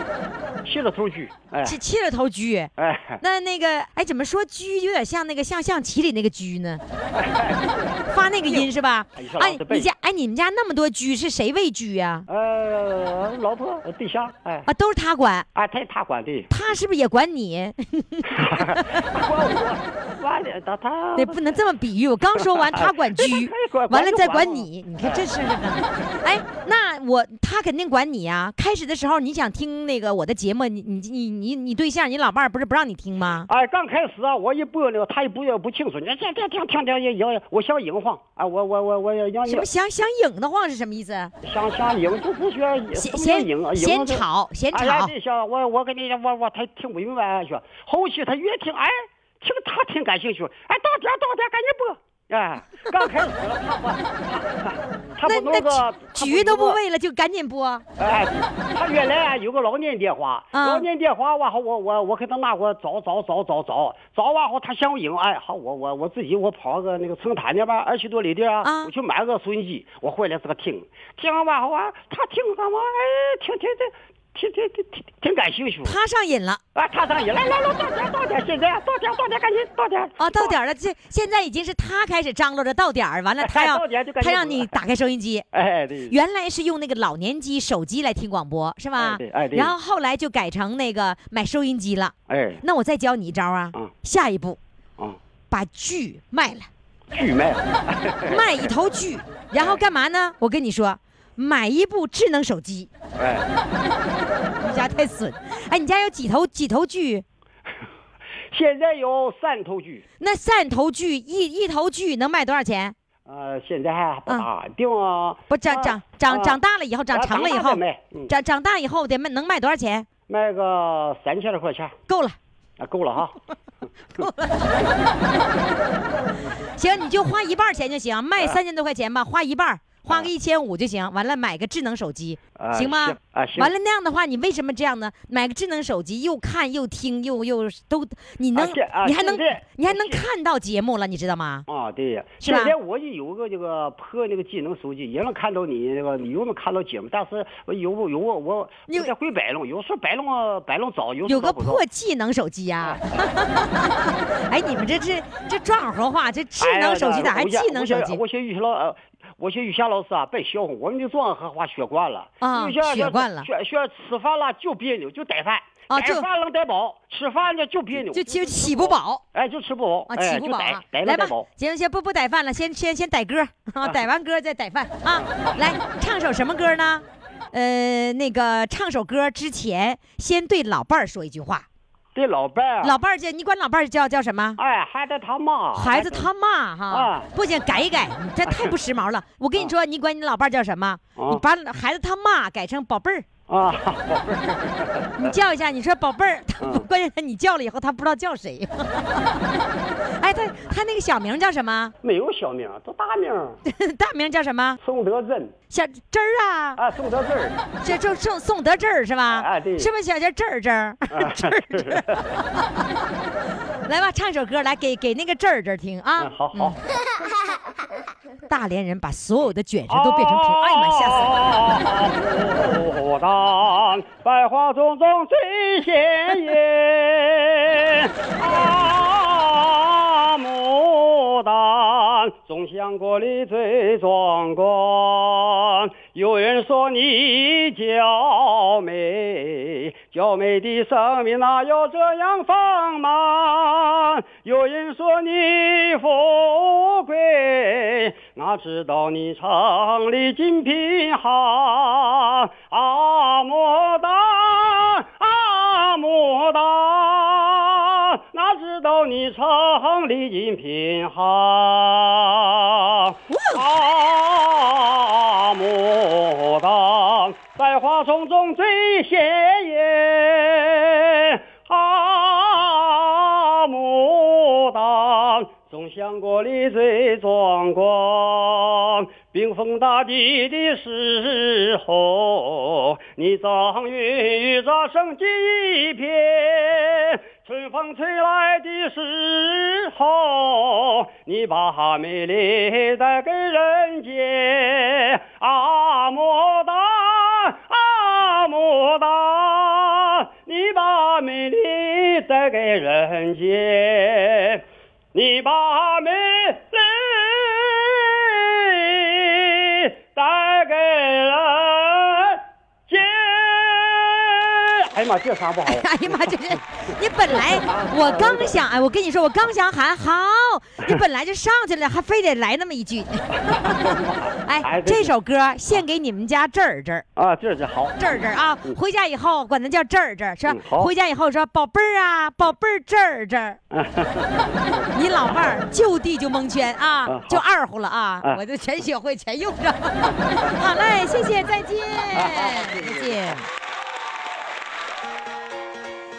七了头猪，哎
七七十头猪。
哎，
那那个，哎，怎么说狙有点像那个像象棋里那个狙呢？ 发那个音是吧
哎你？说老
哎
子，背
你家哎，你们家那么多狙是谁喂狙呀？
呃，老婆呃对象，哎，
啊，都是他管，，
哎，他他管的
他是不是也管你？
他管我，完了，他他
那不能这么比喻，我刚说完他管狙
他也管，
完了再
管
管
就完了
你，你看这事儿真的。哎，那我他肯定管你呀、开始的时候你想听那个我的节目，你你你你你对象你老伴儿不是不让你听吗？
哎，刚开始啊，我一播那个，他也不不清楚，你这这听听听也也，我想赢慌啊，我我我我
哎
让
什么想想影的慌是什么意思？啊
想想赢，就是说什
嫌
么叫
嫌
赢啊，赢
嫌
了就
吵嫌
哎呀，
吵
这小我我跟你讲，我我他听不明白说，后期他越听哎，听他挺感兴趣，哎，到点儿到点儿赶紧播。哎，刚开始他不他他他
那
不弄
那
个
局都不
会。
喂了，就赶紧播。
哎，他原来啊有个老年电话，
啊
老年电话完后我我我给他拿过来找找找找找找完后他想赢，哎好我我我自己我跑个那个成潭那边二十多里地啊，
啊
我去买个收音机，我回来这个听，听完后啊他听干嘛？哎听听这。
挺挺挺挺挺感兴趣。
他上瘾了
啊，他上瘾，来来来，到点儿到点儿，哎现在啊到点儿到点儿，赶紧到点儿
啊！到点儿了，这现在已经是他开始张罗着到点儿，完了他要
哎到点儿就该
他
用
让你
了
打开收音机。
哎，对，
原来是用那个老年机、手机来听广播，是吧？
哎对哎对
然后后来就改成那个买收音机了。
哎，
那我再教你一招啊，
嗯
下一步
嗯，
把剧卖了，
巨卖，
卖一头 剧，然后干嘛呢？我跟你说，买一部智能手机。
哎，
你家太损，哎，你家有几头几头剧？
现在有三头剧，
那三头剧一一头剧能卖多少钱？
呃，现在还不大定啊，
嗯不长长长长大了以后，
啊
长长了以后，
卖，嗯，
长长大以后得卖能卖多少钱？
卖个三千来块钱，
够了，
啊，够了哈。
行，你就花一半儿钱就行，
啊
卖三千多块钱吧，花一半儿，花个一千五就行。完了买个智能手机，
啊
行吗
行？啊行
完了那样的话，你为什么这样呢？买个智能手机，又看又听又又都，你能
这啊
你还
现
能
在
你还能看到节目了，你知道吗？
啊，对呀，
是吧
现在我就有个这个破那个智能手机，也能看到你那个，你又能看到节目，但是我有我有我我
你有
我在会摆弄，有时候摆弄啊摆弄早，有时
有个
候倒不早
破技能手机啊呀、哎，你们这这这壮活话，这智能手机咋还
哎呀
智能手
我
机
先？我先玉霞老呃，我先玉霞老师啊，别笑话，我们这壮和话学惯了
啊
有些人
学惯了
学学吃饭了就别扭，就逮饭，
啊
逮
就
饭能逮饱，吃饭呢就别扭，
就就起不，饱
哎，就吃不饱，
啊，
哎
起不
就
饱
逮
啊！
逮能
来
逮
吧
饱，，
行，先不不逮饭了，先先先逮歌啊，逮完歌再逮饭啊！来唱首什么歌呢？呃，那个唱首歌之前，先对老伴儿说一句话。
对老伴儿，啊
老伴儿叫你管老伴儿叫叫什么？
哎，孩子他妈，
孩子他妈哈
啊，
不行，改一改，你这太不时髦了。我跟你说，你管你老伴儿叫什么？
啊
你把孩子他妈改成宝贝儿。
啊，
你叫一下，你说宝贝儿，他
嗯
关键他你叫了以后，他不知道叫谁。 哎，他他那个小名叫什么？
没有小名，啊都大名，
大名叫什么？
宋德珍，
小珍儿啊，
啊，宋德珍儿，
这就宋宋德珍儿是吧？
啊对
是不是小叫珍儿珍儿？ 珍儿珍儿。来吧，唱首歌来给给那个珍儿珍儿听啊嗯
嗯，！好好。
大连人把所有的卷子都变
哦
成平，哎呀妈，吓死我！
死我！当百花丛中最鲜艳，啊，牡丹总香国里最壮观。有人说你娇美，娇美的生命哪有这样丰满？有人说你富贵，哪知道你城里金贫寒。啊，牡丹，啊，牡丹，哪知道你城里金贫寒。啊，牡丹，百花丛中最鲜艳。啊，牡丹，总香国里最壮观。冰封大地的时候，你张云雨乍生机一片；春风吹来的时候，你把美丽带给人间。啊，牡丹，啊，牡丹，你把美丽带给人间，你把美丽带给人间。哎呀妈，这啥不好？
哎呀 妈，这是你本来我刚想，哎，我跟你说，我刚想喊好，你本来就上去了，还非得来那么一句。 哎
哎，
这
对
首歌献给你们家这儿这儿
啊，这这好。
这儿这儿啊，回家以后管他叫这儿这儿，是吧
嗯？好
回家以后说宝贝儿啊，宝贝儿这儿这儿，你老伴儿就地就蒙圈啊
嗯，
就二胡了啊
嗯，
我就全学会全用上。 好嘞，谢谢，再 见，再见。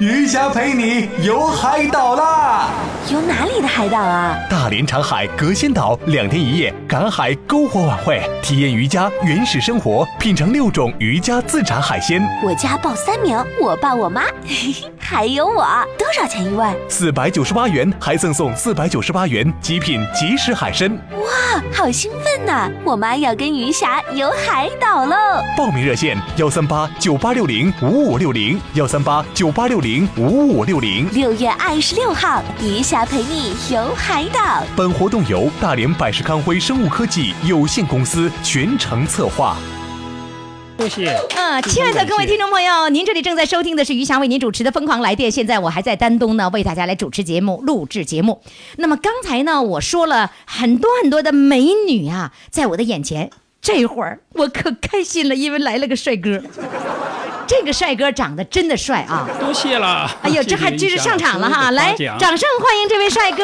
鱼侠陪你游海岛啦！
游哪里的海岛啊？
大连长海隔仙岛两天一夜赶海篝火晚会，体验渔家原始生活，品尝六种渔家自产海鲜。
我家报三名，我爸、我妈， 还有我。多少钱一位？
四百九十八元，还赠送四百九十八元极品即食海参。
哇，好兴奋呐、我妈要跟鱼侠游海岛喽！
报名热线：幺三八九八六零五五六零，幺三八九八六零五五六零。
六月二十六号，鱼侠陪你游海岛。
本活动由大连百世康辉生物科技有限公司全程策划。
谢谢。
啊，亲爱的各位听众朋友，您这里正在收听的是余霞为您主持的《疯狂来电》，现在我还在丹东呢，为大家来主持节目、录制节目。那么刚才呢，我说了很多很多的美女啊，在我的眼前，这会儿我可开心了，因为来了个帅哥，这个帅哥长得真的帅啊！
多谢了。
哎呦，这还
谢
真
谢
是
一下
上场了
所有
哈！
的
来，
夸奖
掌声欢迎这位帅哥！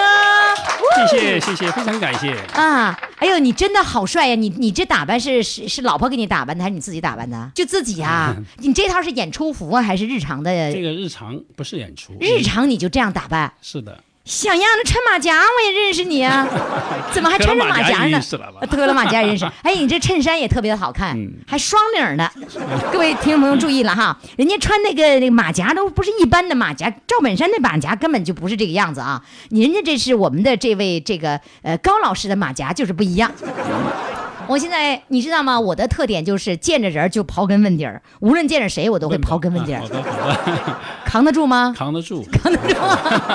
谢谢谢谢，非常感谢。
啊，哎呦，你真的好帅呀、你你这打扮是是是老婆给你打扮的，还是你自己打扮的？就自己 啊？你这套是演出服啊，还是日常的？
这个日常不是演出，
日常你就这样打扮，
是的，
想样的穿马甲我也认识你 啊，怎么还穿着马甲
脱了马甲也
呢
认识了？吧嗯
啊脱了马甲也 认识。哎，你这衬衫也特别的好看，还双领的。各位听众朋友注意了哈，人家穿那个那个马甲都不是一般的马甲，赵本山的马甲根本就不是这个样子啊。你人家这是我们的这位这个呃高老师的马甲就是不一 样。我现在你知道吗？我的特点就是见着人就刨根问底儿，无论见着谁我都会刨根问底儿
好，的好
扛得住吗
的，？扛得住。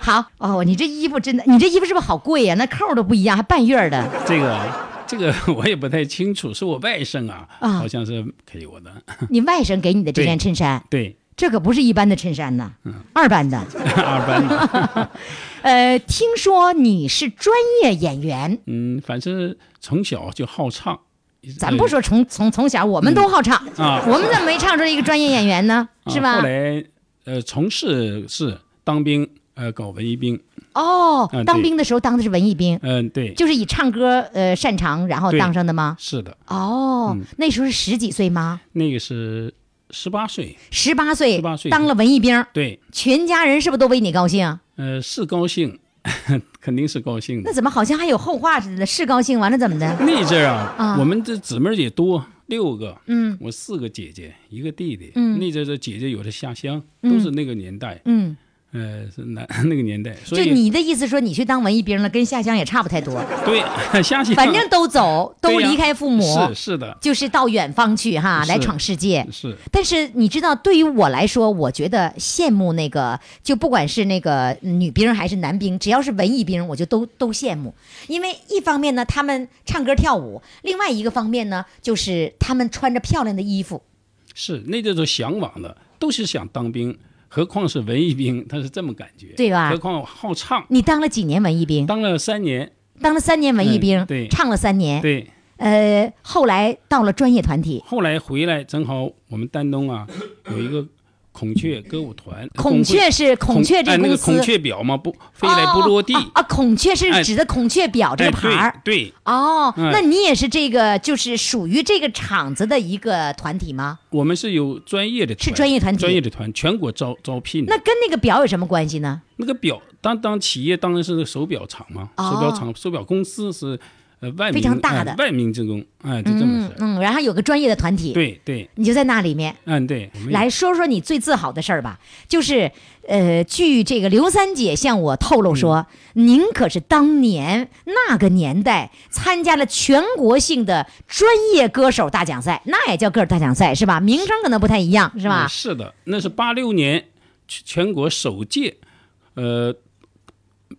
好哦，你这衣服真的，你这衣服是不是好贵呀、那扣儿都不一样，还半月儿 的。
这个这个 我也不太清楚，是我外甥啊，
啊
好像是给我的。
你外甥给你的这件
对嗯
衬衫，
对，
这可不是一般的衬衫呐，二班的。
二班的，
呃，听说你是专业演员，
嗯，反正从小就好唱。
咱不说从从从小，我们都好唱，
啊
我们怎么没唱出来一个专业演员呢？
啊
是吧？
后来呃，从事是当兵，呃，搞文艺兵，
哦
啊，
当
对
兵的时候当的是文艺兵，
嗯，对，
就是以唱歌呃擅长，然后
对
当上的吗？
是的，
哦，那时候是十几岁吗？
那个是十八岁，
十八岁，
18岁
当了文艺兵，
对，
全家人是不是都为你高兴？
呃，是高兴， 肯定是高兴的
那。怎么好像还有后话似的？是高兴完了怎么的？
那阵儿啊，
啊
我们这姊妹儿也多，六个，
嗯
我四个姐姐，一个弟弟。
嗯
那阵儿的姐姐有的下乡，
嗯
都是那个年代，
嗯，
呃，是那 那个年代，所
就
以
你的意思说你去当文艺兵了，跟下乡也差不太多，
对 下乡，
反正都走，都
对呀
离开父母，
是是的，
就是到远方去哈，
是
来闯世界。
是
但是你知道，对于我来说，我觉得羡慕那个，就不管是那个女兵还是男兵，只要是文艺兵，我就都都羡慕。因为一方面呢，他们唱歌跳舞；另外一个方面呢，就是他们穿着漂亮的衣服。
是，那阵儿都向往的，都是想当兵，何况是文艺兵，他是这么感觉，
对吧
何况我好唱，
你当了几年文艺兵？
当了三年，
当了三年文艺兵，
嗯对
唱了三年，
对，
呃，后来到了专业团体，
后来回来正好我们丹东啊有一个孔雀歌舞团，
孔雀是孔雀这
哎那
公
个
司，
孔雀表嘛，不飞来不落地，
哦啊，孔雀是
哎
指的孔雀表这个
哎
牌儿。
对。对
哦，
嗯
那你也是这个，就是属于这个厂子的一个团体吗？
我们是有专业的团，
是专业团体
专业的团，全国招招聘的。
那跟那个表有什么关系呢？
那个表，当当企业当然是那个手表厂嘛，
哦
手表厂、手表公司是呃万
非
名
常大的
哎万名之工，哎，就这么
嗯
事儿。
嗯，然后有个专业的团体，
对对，
你就在那里面。
嗯对，我们也
来说说你最自豪的事儿吧，就是，呃，据这个刘三姐向我透露说，
嗯
您可是当年那个年代参加了全国性的专业歌手大奖赛，那也叫歌手大奖赛是吧？名称可能不太一样是吧
嗯？是的，那是八六年全全国首届，呃，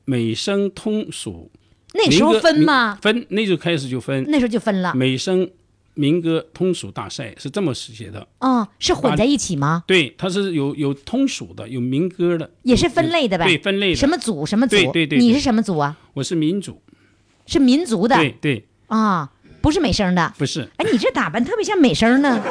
美声通俗。
那时候
民歌
分吗
民？分，那就开始就分
那时候就分了，
美声民歌通俗大赛是这么写的。
嗯，是混在一起吗？
对，它是有有通俗的，有民歌的，
也是分类的呗，
对，分类的。
什么组什么组？
对对对对
你是什么组啊？
我是民主，
是民族的
对对，
啊，不是美声的。
不是，
哎，你这打扮特别像美声呢。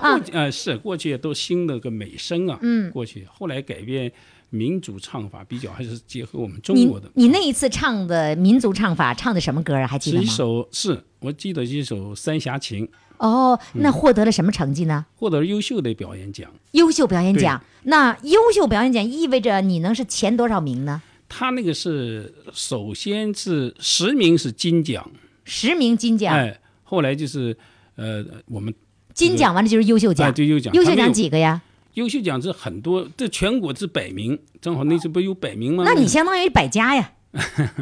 啊
呃，是过去都兴那个美声啊，
嗯
过去后来改变民族唱法比较，还是结合我们中
你
国的。
你那一次唱的民族唱法，唱的什么歌啊？还记
是
得
一
吗？
首是我记得是一首《三峡情》，
哦，
嗯
那获得了什么成绩呢？
获得了优秀的表演奖。
优秀表演奖。那优秀表演奖意味着你能是前多少名呢？
他那个是首先是十名是金奖，
十名金奖，
哎，后来就是呃我们
金奖完了就是优秀奖。
哎对优秀奖
优
他
秀
们
奖
有
几个呀？
优秀奖是很多，这全国是百名，正好那次不有百名吗？
那你 相当于百家呀，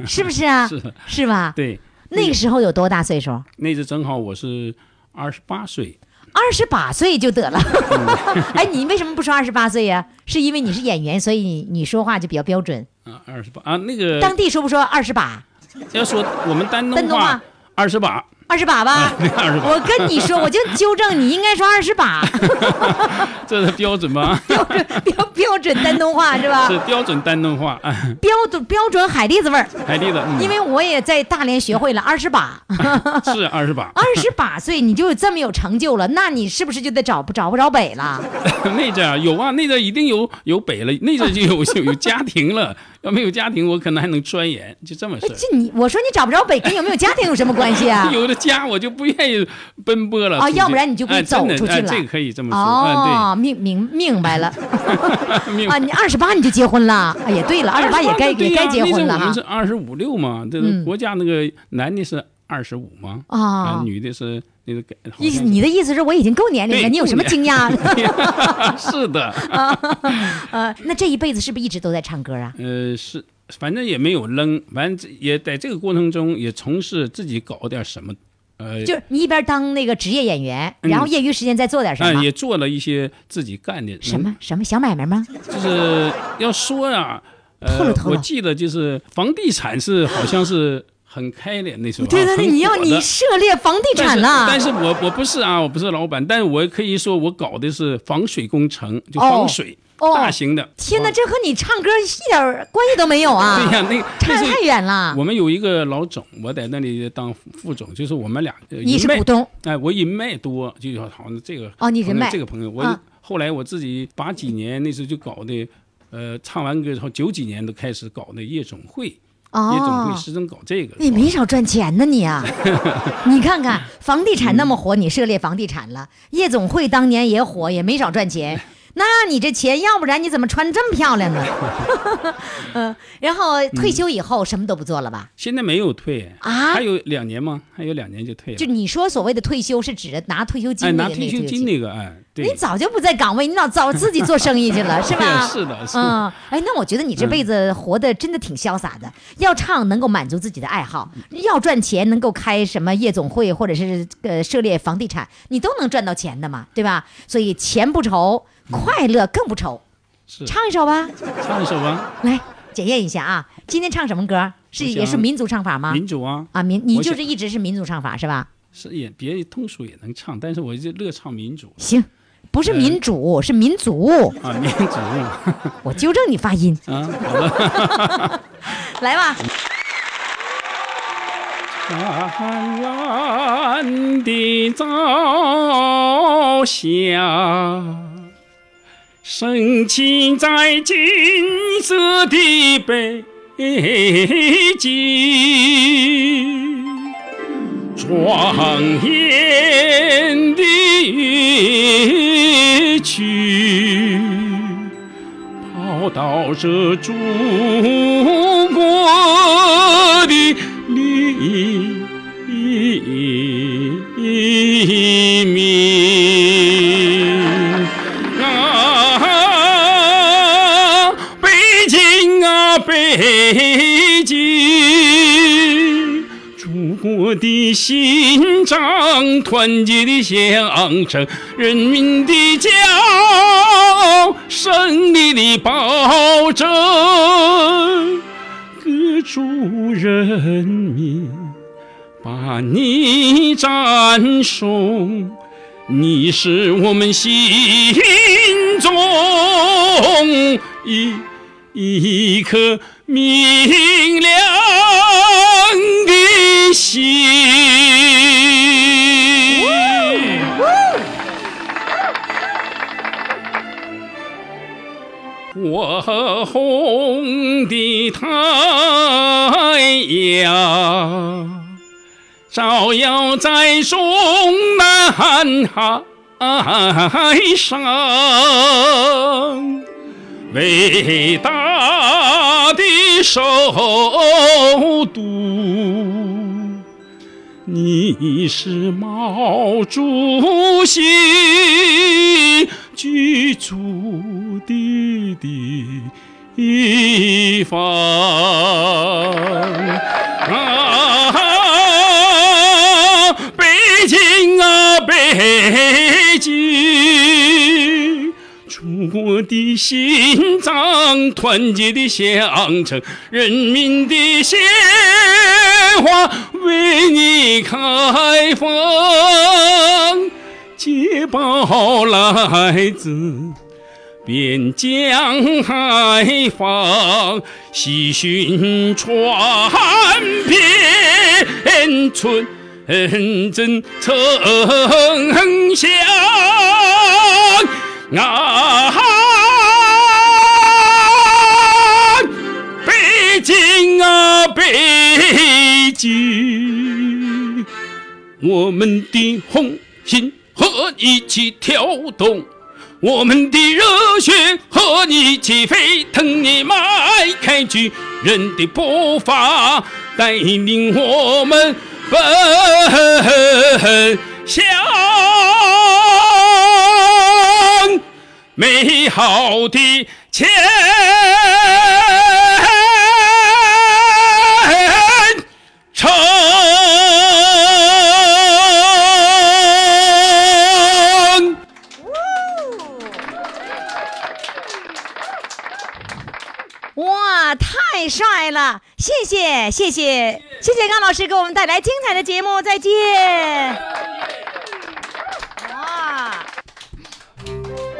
是不是啊？
是
是吧？
对，
那个时候有多大岁数？
那次正好我是二十八岁，
二十八岁就得了。
嗯
哎，你为什么不说二十八岁呀、是因为你是演员，所以你你说话就比较标准。
啊，二十八啊，那个
当地说不说二十八？
要说我们丹
丹
东
东话
话二十把，
二十八 吧。
28
我跟你说，我就纠正你，应该说二十八，
这是标准吗？
标标准丹东话是吧？
是标准丹东话，哎
标准标准海蛎子味儿。
海蛎的，嗯
因为我也在大连学会了二十把，
是二十 把，
二十 把岁你就这么有成就了，那你是不是就得找不找不着北了？
那阵儿有啊，那阵儿一定有有北了，那阵儿就有 有有家庭了。要没有家庭，我可能还能钻研，就这么事儿。？
这你我说你找不着北，跟有没有家庭有什么关系哎啊
有了家，我就不愿意奔波了。
啊
出去
要不然你就不
哎
走
真的
出去
哎
了
这个可以这么说，
哦
啊，，
明明明白 了
对，命
啊！你二十八你就结婚了，哎呀，对了，二十八也该
对
也
呀
该结
那阵
婚
儿
了
我们
哈
是。二十五六嘛，这
嗯
个国家那个男的是二十五嘛，
啊
女的是那个改，好
意
像
思
是
你的意思是我已经够年龄了，
对
你有什么惊讶？啊
是的，
呃，那这一辈子是不是一直都在唱歌啊？
呃，是，反正也没有扔，反正这也在这个过程中也从事自己搞点什么，呃，
就是你一边当那个职业演员，
嗯
然后业余时间再做点什
啊、
么？
也做了一些自己干的
什么什么小买卖吗？
就是要说啊，
透露
呃，
透露
我记得就是房地产是好像是很开的那时候啊，
对对对，
很
你要
火
你
的
涉猎房地产了。
但是但是我我不是啊，我不是老板，但是我可以说我搞的是防水工程，就防水，
哦
大型的。
天哪，这和你唱歌一点儿关系都没有啊！
对呀、那
差
那
得
是
太远了。
我们有一个老总，我在那里当副总，就是我们俩。呃
你是
人脉
股东
哎，我人脉多，就好像这个
哦你
朋
人
友
脉
这个朋友，我、
啊
后来我自己八几年那时候就搞的，呃，唱完歌之后九几年都开始搞的夜总会，夜总
哦
会，始终搞这个。
你没少赚钱呢，你 啊！你看
嗯
看房地产那么火，你涉猎房地产了；夜总会当年也火，也没少赚 钱。那你这钱，要不然你怎么穿这么漂亮呢？ 嗯，然后退休以后什么都不做了吧？
现在没有退
啊
还有两年吗？还有两年就退了。
就你说所谓的退休，是指着拿退休金
哎，
那
拿
个那
退
个
休金那个，哎，对，
你早就不在岗位，你老早自己做生意去 了，是吧？
是的，是的。
嗯，哎，那我觉得你这辈子活得真的挺潇洒的。要唱能够满足自己的爱好，
嗯
要赚钱能够开什么夜总会或者是呃涉猎房地产，你都能赚到钱的嘛，对吧？所以钱不愁，快乐更不愁。
是
唱一首吧，
唱一首吧，
来检验一下啊。今天唱什么歌？是
我想
也是民族唱法吗？
啊民主啊，
啊，民你
我
就
想
是一直是民族唱法是吧？
是也别通俗也能唱，但是我就乐唱民主
行，不是民主，是民族。
呃啊，民主啊，
我纠正你发音，
好了。
来吧。
灿烂的朝霞，升起在金色的北京。庄严的乐曲，报道着中国的黎明。啊，北京啊，北京，祖国的心脏，团结的象征，人民的骄傲，胜利的保证，各族人民把你赞颂。你是我们心中一一颗明亮的心。我红的太阳照耀在中南海上，伟大的首都。你是毛主席居住的地方啊，北京啊，北京。祖国的心脏，团结的象征，人民的鲜花为你开放。捷报来自边疆海防，喜讯传遍村镇城乡。啊！北京啊，北京，我们的红心和你一起跳动，我们的热血和你一起沸腾。你迈开巨人的步伐，带领我们奔向。美好的前程。
哇，太帅了！谢谢，谢谢，谢谢甘老师给我们带来精彩的节目，再见。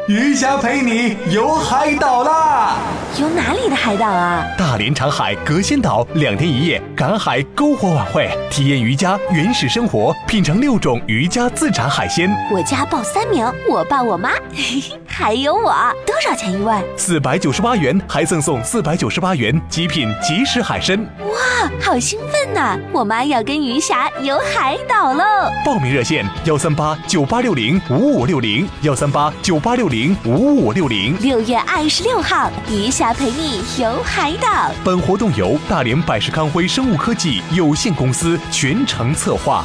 余霞陪你游海岛啦！
游哪里的海岛啊？
大连长海隔仙岛两天一夜赶海篝火晚会，体验渔家原始生活，品尝六种渔家自产海鲜。
我家报三名，我爸、我妈， 嘿嘿，还有我。多少钱一位？
四百九十八元，还赠送四百九十八元极品即食海参。
哇，好兴奋呐、我妈要跟余霞游海岛喽！
报名热线：幺三八九八六零五五六零，幺三八九八六零五五六零。
六月二十六号，余霞陪你游海岛。
本活动由大连百世康辉生物科技有限公司全程策划。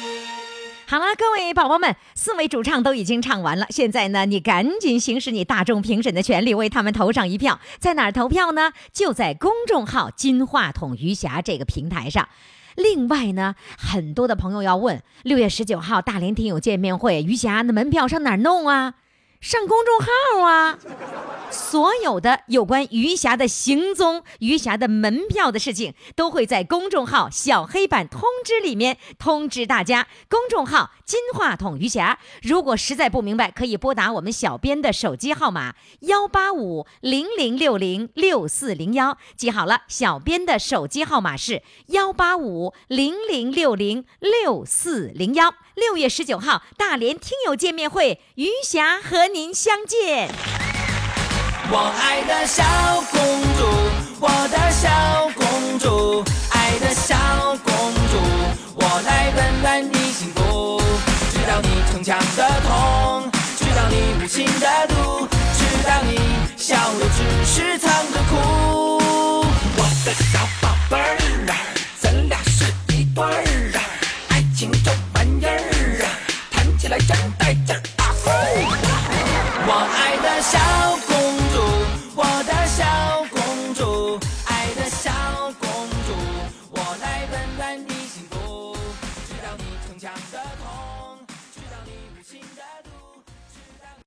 好了，各位宝宝们，四位主唱都已经唱完了，现在呢，你赶紧行使你大众评审的权利，为他们投上一票。在哪儿投票呢？就在公众号“金话筒余霞”这个平台上。另外呢，很多的朋友要问，六月十九号大连听友见面会，余霞那门票上哪儿弄啊？上公众号啊！所有的有关余霞的行踪、余霞的门票的事情，都会在公众号“小黑板通知”里面通知大家。公众号“金话筒余霞”，如果实在不明白，可以拨打我们小编的手机号码幺八五零零六零六四零幺。记好了，小编的手机号码是幺八五零零六零六四零幺。六月十九号，大连听友见面会，余霞和您相见。
我爱的小公主，我的小公主，爱的小公主，我来温暖你幸福。知道你逞强的痛，知道你无情的毒，知道你笑的只是藏着哭。我的小宝贝儿啊，咱俩是一对儿啊，爱情这玩意儿啊，谈起来真带劲儿啊！呼。我爱的小公主，我的小公主，爱的小公主，我来温暖你幸福，直到你逞强的。